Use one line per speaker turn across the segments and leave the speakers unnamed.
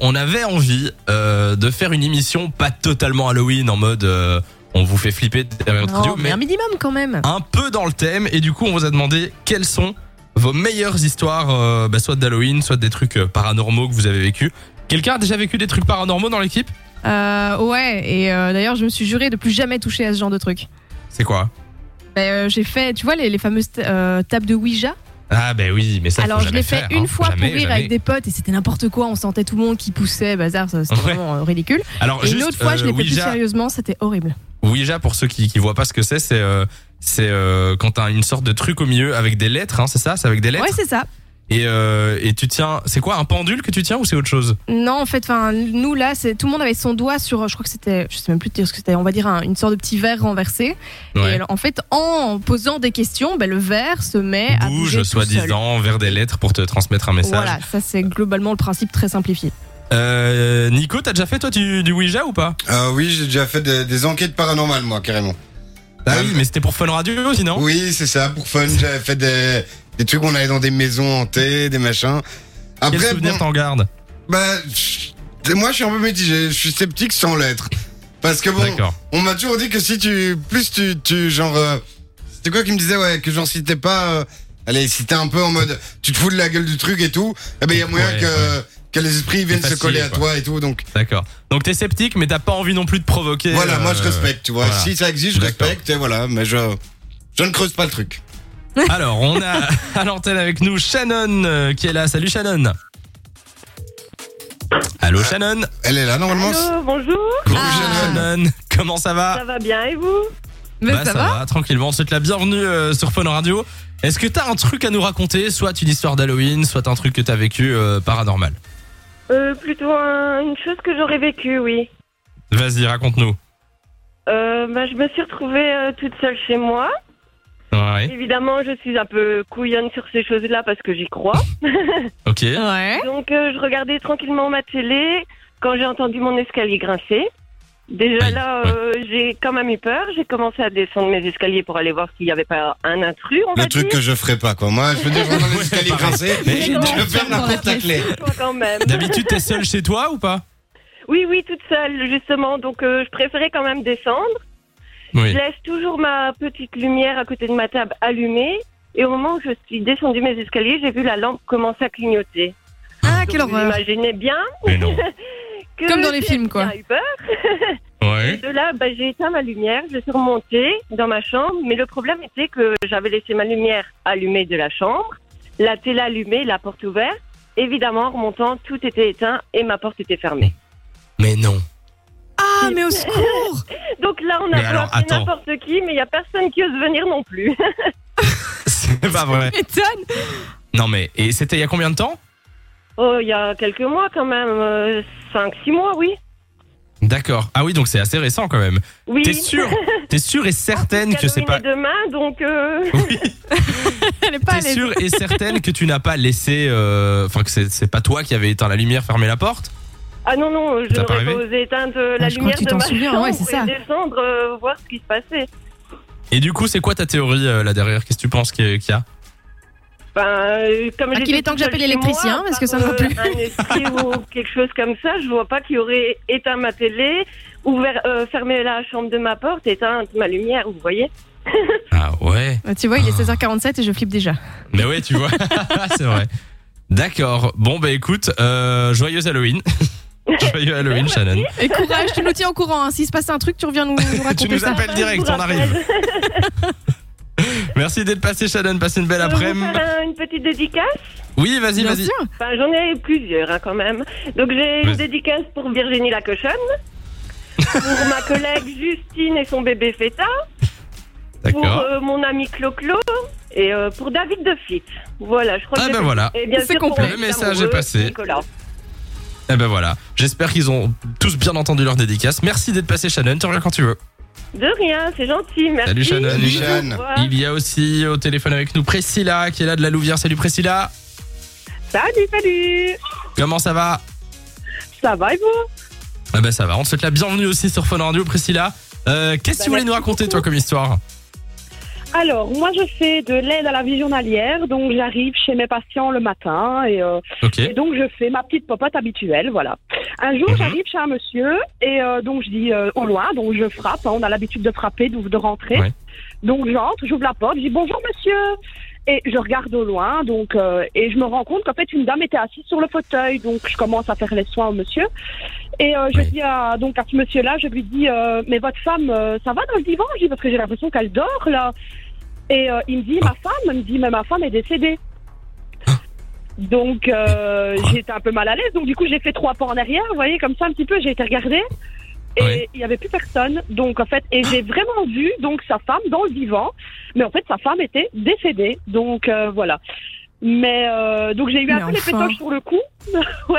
on avait envie euh, de faire une émission pas totalement Halloween en mode euh, on vous fait flipper derrière votre
Non,
radio,
mais
mais Ah.
un minimum quand même.
un peu dans le thème. Et du coup, on vous a demandé quelles sont vos meilleures histoires, euh, bah, soit d'Halloween, soit des trucs euh, paranormaux que vous avez vécu. Quelqu'un a déjà vécu des trucs paranormaux dans l'équipe
Euh, ouais, et euh, d'ailleurs, je me suis juré de plus jamais toucher à ce genre de truc.
C'est quoi
Ben, euh, j'ai fait, tu vois, les, les fameuses euh, tables de Ouija.
Ah ben oui, mais ça.
Alors,
faut
je
jamais
l'ai fait
faire,
une
hein.
fois
Jamais,
pour rire
jamais.
avec des potes et c'était n'importe quoi. On sentait tout le monde qui poussait, bazar, ça, c'était
Ouais.
vraiment euh, ridicule.
Alors
Et
juste,
une autre fois, je l'ai
euh,
fait plus
Ouija,
sérieusement, c'était horrible.
Ouija, pour ceux qui qui voient pas ce que c'est, c'est euh, c'est euh, quand t'as une sorte de truc au milieu avec des lettres, hein, c'est ça C'est avec des lettres
Ouais, c'est ça.
et, euh, et tu tiens. C'est quoi un pendule que tu tiens ou c'est autre chose
Non, en fait, enfin, nous là, c'est tout le monde avait son doigt sur, euh, je crois que c'était, je sais même plus dire ce que c'était, on va dire un- une sorte de petit verre renversé. Et alors, en fait, en posant des questions, ben, le verre se met à bouger
Bouge,
tout seul.
soi-disant, vers des lettres pour te transmettre un message.
Voilà, ça c'est globalement le principe très simplifié.
Euh, Nico, t'as déjà fait toi du, du Ouija ou pas
Ah oui, j'ai déjà fait des, des enquêtes paranormales, moi, carrément. Bah
Ah oui, mais c'était pour Fun Radio aussi, non
Oui, c'est ça, pour fun, j'avais fait des, des trucs où on allait dans des maisons hantées, des machins.
Quel
Après,
souvenir
bon,
t'en gardes
bah, je- moi, je suis un peu mitigé, je suis sceptique sans l'être. Parce que bon,
D'accord.
on m'a toujours dit que si tu, plus tu, tu genre, euh, c'était quoi qui me disait, ouais, que genre si t'es pas, euh, allez, si t'es un peu en mode, tu te fous de la gueule du truc et tout, eh ben, il y a moyen
Ouais,
que, que les esprits viennent se
facile,
coller à
quoi.
toi et tout, donc.
D'accord. Donc t'es sceptique, mais t'as pas envie non plus de provoquer.
Voilà,
euh,
moi je respecte, tu vois.
voilà.
Si ça existe, je
D'accord.
respecte, et voilà, mais je, je ne creuse pas le truc.
Alors, on a à l'antenne avec nous Shannon euh, qui est là. Salut Shannon. Allô Shannon.
Elle est là normalement c'est-
Allô, bonjour,
Bonjour
Ah.
Shannon. Comment ça
Ah.
va
ça va bien et vous
Mais
Bah,
ça,
va, tranquillement. On te souhaite la bienvenue euh, sur Fun Radio. Est-ce que t'as un truc à nous raconter Soit une histoire d'Halloween, soit un truc que t'as vécu euh, paranormal.
euh, Plutôt un- une chose que j'aurais vécue, oui.
Vas-y, raconte-nous.
Euh, bah, je me suis retrouvée euh, toute seule chez moi.
Ouais.
Évidemment, je suis un peu couillonne sur ces choses-là parce que j'y crois.
Ok.
va Ouais.
Donc, euh, je regardais tranquillement ma télé quand j'ai entendu mon escalier grincer. Déjà
Aïe,
là, euh, j'ai quand même eu peur. J'ai commencé à descendre mes escaliers pour aller voir s'il n'y avait pas un intrus, on va
Le truc
dire.
que je ferai pas, quoi. Moi, je veux dire, j'entends les escaliers
pareil.
grincer,
Mais
je vais
non,
faire
dans la
n'importe la
pièce.
clé.
Toi, quand même.
D'habitude, t'es seule chez toi ou pas
Oui, oui, toute seule, justement. Donc, euh, je préférais quand même descendre.
Oui.
Je laisse toujours ma petite lumière à côté de ma table allumée. Et au moment où je suis descendue mes escaliers, j'ai vu la lampe commencer à clignoter.
Ah,
Donc,
quelle
vous
horreur.
imaginez bien
Mais non.
que...
Comme dans les films, quoi.
j'ai eu peur. Et
Ouais.
de là, bah, j'ai éteint ma lumière, je suis remontée dans ma chambre. Mais le problème était que j'avais laissé ma lumière allumée de la chambre, la télé allumée, la porte ouverte. Évidemment, en remontant, tout était éteint et ma porte était fermée.
Mais non.
Ah, mais au secours
Donc là, on a
Mais alors,
appelé
attends.
n'importe qui, mais il n'y a personne qui ose venir non plus.
C'est pas vrai.
M'étonne.
Non mais et c'était il y a combien de temps
Oh, il y a quelques mois quand même, 5-6 mois, oui.
D'accord. Ah oui, donc c'est assez récent quand même.
Oui.
T'es sûre T'es sûre et certaine que c'est
Halloween
pas
est demain, donc euh,
Oui.
Elle est pas
T'es
allée.
sûre et certaine que tu n'as pas laissé euh, enfin que c'est c'est pas toi qui avais éteint la lumière, fermé la porte
ah non non, je
T'as pas
n'aurais pas
rêvé
osé éteindre euh, la
Ah, je crois
lumière
que tu
de
t'en
ma
souviens,
chambre
ouais, c'est ça.
et descendre euh, voir ce qui se passait.
Et du coup, c'est quoi ta théorie euh, là derrière Qu'est-ce que tu penses qu'il y a- qu'il y a
Ben, euh, comme
Ah,
j'étais
qu'il est temps que
toute
j'appelle
seule chez
l'électricien,
moi,
parce que ça
par,
ne va
euh,
plus.
Un esprit ou quelque chose comme ça, je vois pas qui aurait éteint ma télé, ouvert, euh, fermé la chambre de ma porte, éteint ma lumière, vous voyez.
Ah ouais.
Bah, tu vois, il est 16h47 et je flippe déjà.
Mais ouais, tu vois. c'est vrai. D'accord. Bon bah écoute, euh, joyeux Halloween. joyeux Halloween Shannon.
Et courage, tu nous tiens au courant. Hein. S'il se passe un truc, tu reviens nous, nous raconter
Tu nous
ça.
appelles direct,
Je vous
on arrive.
rappelle,
Merci d'être passé Shannon, passez une belle
je vais vous
après-midi.
faire un- une petite dédicace.
Oui, vas-y,
Bien
vas-y.
sûr.
Enfin, j'en ai plusieurs hein, quand même. Donc j'ai une
Vas-y.
dédicace pour Virginie la cochonne, pour ma collègue Justine et son bébé Feta, pour
D'accord.
euh, mon ami Clo-Clo et euh, pour David de Fit. Voilà, je crois
Ah
que
ben
j'ai-
voilà.
Et bien
C'est
sûr, pour
complet.
mes
Le message est
amoureux,
passé.
Nicolas.
Eh ben voilà. J'espère qu'ils ont tous bien entendu leur dédicace. Merci d'être passé Shannon, tu reviens quand tu veux.
De rien, c'est gentil, merci.
Salut, Shannon.
Salut,
Au
Jeanne.
revoir.
Il y a aussi au téléphone avec nous Priscilla qui est là de la Louvière. Salut Priscilla.
Salut, salut.
Comment ça va
Ça va et vous
Ah bah ça va, on te souhaite la bienvenue aussi sur Fun Radio Priscilla. Euh, Qu'est-ce que
Bah,
tu voulais nous
merci
raconter
beaucoup.
toi comme histoire
Alors, moi, je fais de l'aide à la vie journalière, donc j'arrive chez mes patients le matin et, euh,
Ok,
et donc je fais ma petite popote habituelle, voilà.
Un jour,
Mhm.
j'arrive chez un monsieur et euh, donc je dis euh, au loin, donc je frappe. hein, on a l'habitude de frapper, d'ouvre- de rentrer.
Ouais.
Donc j'entre, j'ouvre la porte, je dis bonjour monsieur. Et je regarde au loin, donc euh, et je me rends compte qu'en fait une dame était assise sur le fauteuil. Donc je commence à faire les soins au monsieur et euh, je
Ouais.
dis à, donc à ce monsieur-là, je lui dis euh, mais votre femme, euh, ça va dans le divan Je dis parce que j'ai l'impression qu'elle dort là. Et euh, il me dit ma femme, il me dit mais ma femme est décédée. Donc euh,
Quoi
j'étais un peu mal à l'aise, donc du coup j'ai fait trois pas en arrière, vous voyez, comme ça un petit peu, j'ai été regardée et
Ouais.
il y avait plus personne. Donc en fait, et j'ai vraiment vu donc sa femme dans le divan, mais en fait sa femme était décédée, donc euh, voilà. Mais euh, donc j'ai eu un
Mais
peu les
enfin.
pétoches sur le coup, ouais.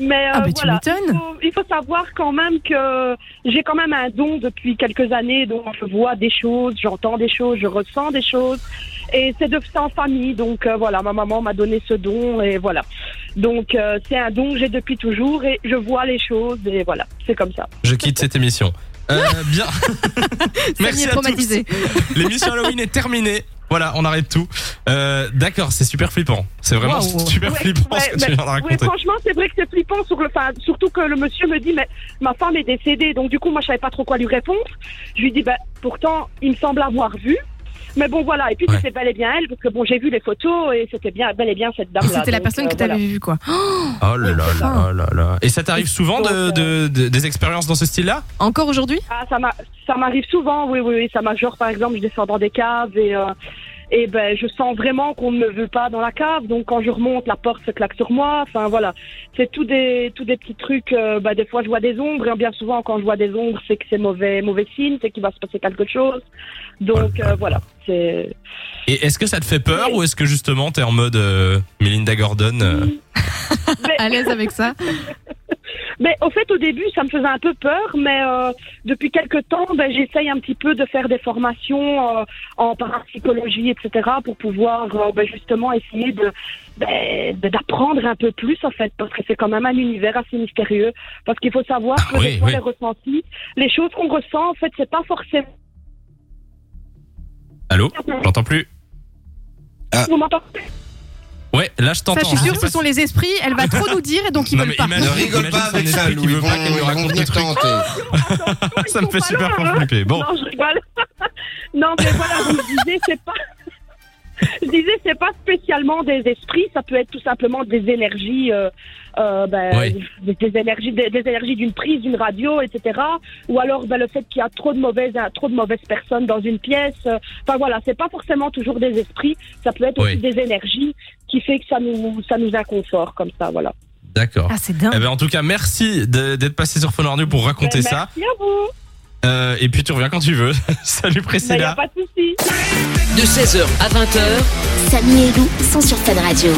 Mais euh,
Ah, bah tu
voilà, il
m'étonnes.
faut, il faut savoir quand même que j'ai quand même un don depuis quelques années, donc je vois des choses, j'entends des choses, je ressens des choses. Et c'est de ça en famille, donc euh, voilà, ma maman m'a donné ce don, et voilà. Donc euh, c'est un don que j'ai depuis toujours, et je vois les choses, et voilà, c'est comme ça.
Je quitte cette émission. Euh, bien. Merci à tous.
traumatisé.
L'émission Halloween est terminée. Voilà, on arrête tout. Euh, D'accord, c'est super flippant. C'est vraiment
Waouh.
super
Ouais,
flippant ce
ouais,
que tu viens
mais-
de
Oui,
raconter.
franchement, c'est vrai que c'est flippant, sur le, enfin, surtout que le monsieur me dit, mais ma femme est décédée, donc du coup, moi, je savais pas trop quoi lui répondre. Je lui dis, ben, pourtant, il me semble avoir vu. Mais bon, voilà, et puis
Ouais.
c'était bel et bien elle, parce que bon, j'ai vu les photos et c'était bien, bel et bien cette dame-là.
C'était la
Donc,
personne
euh,
que t'avais
voilà.
vue, quoi. Oh,
oh là là là là là. Et ça t'arrive souvent de,
Donc,
de- de- des expériences dans ce style-là
Encore aujourd'hui
Ah, ça m'a- ça m'arrive souvent, oui, oui, oui. Ça m'a, genre, par exemple, je descends dans des caves et, euh, et ben, je sens vraiment qu'on ne me veut pas dans la cave. Donc, quand je remonte, la porte se claque sur moi. Enfin, voilà. C'est tout des, tout des petits trucs. euh, bah, des fois, je vois des ombres. Et bien souvent, quand je vois des ombres, c'est que c'est mauvais, mauvais signe, c'est qu'il va se passer quelque chose. Donc, euh, voilà. C'est.
Et est-ce que ça te fait peur ou est-ce que justement t'es en mode euh, Melinda Gordon euh,
À l'aise avec ça
Mais au fait, au début, ça me faisait un peu peur, mais euh, depuis quelques temps, ben, j'essaye un petit peu de faire des formations euh, en parapsychologie, etc., pour pouvoir euh, ben, justement essayer de ben, ben, d'apprendre un peu plus, en fait, parce que c'est quand même un univers assez mystérieux. Parce qu'il faut savoir
Ah
que
oui,
des fois,
oui.
les ressentis, les choses qu'on ressent, en fait, c'est pas forcément.
Allô J'entends plus.
Vous m'entendez
Ouais, là je
Ça,
t'entends.
je suis
Je
sûre que
sais pas
ce sont les esprits. Elle va trop nous dire et donc ils
Non,
veulent
mais
pas.
imagine-
Ne rigole
Imagine
pas
son
avec ça,
esprit qui
Lou. Ils
veut
vont,
pas qu'elle lui
ils vont
raconte
venir
des trucs.
tenter.
Attends,
si- Ça me
ils
fait
sont pas
super
là, hein.
flipper. Bon,
Non, je rigole. non, mais voilà, je disais, c'est pas. Je disais, c'est pas spécialement des esprits, ça peut être tout simplement des énergies, euh, euh, ben,
Oui.
des, des énergies, des, des énergies d'une prise, d'une radio, etc. Ou alors ben, le fait qu'il y a trop de mauvaises, trop de mauvaises personnes dans une pièce. euh, Enfin voilà, c'est pas forcément toujours des esprits, ça peut être
Oui.
aussi des énergies qui fait que ça nous, ça nous inconfort comme ça, voilà.
d'accord.
Ah, c'est dingue.
Eh ben, en tout cas, merci de- d'être passé sur Fun Radio pour raconter
Ben,
ça.
Merci à vous.
Euh, et puis tu reviens quand tu veux. Salut
Il n'y
Priscilla.
a pas de souci.
de 16h à 20h.
Samy et Lou sont sur Fan Radio.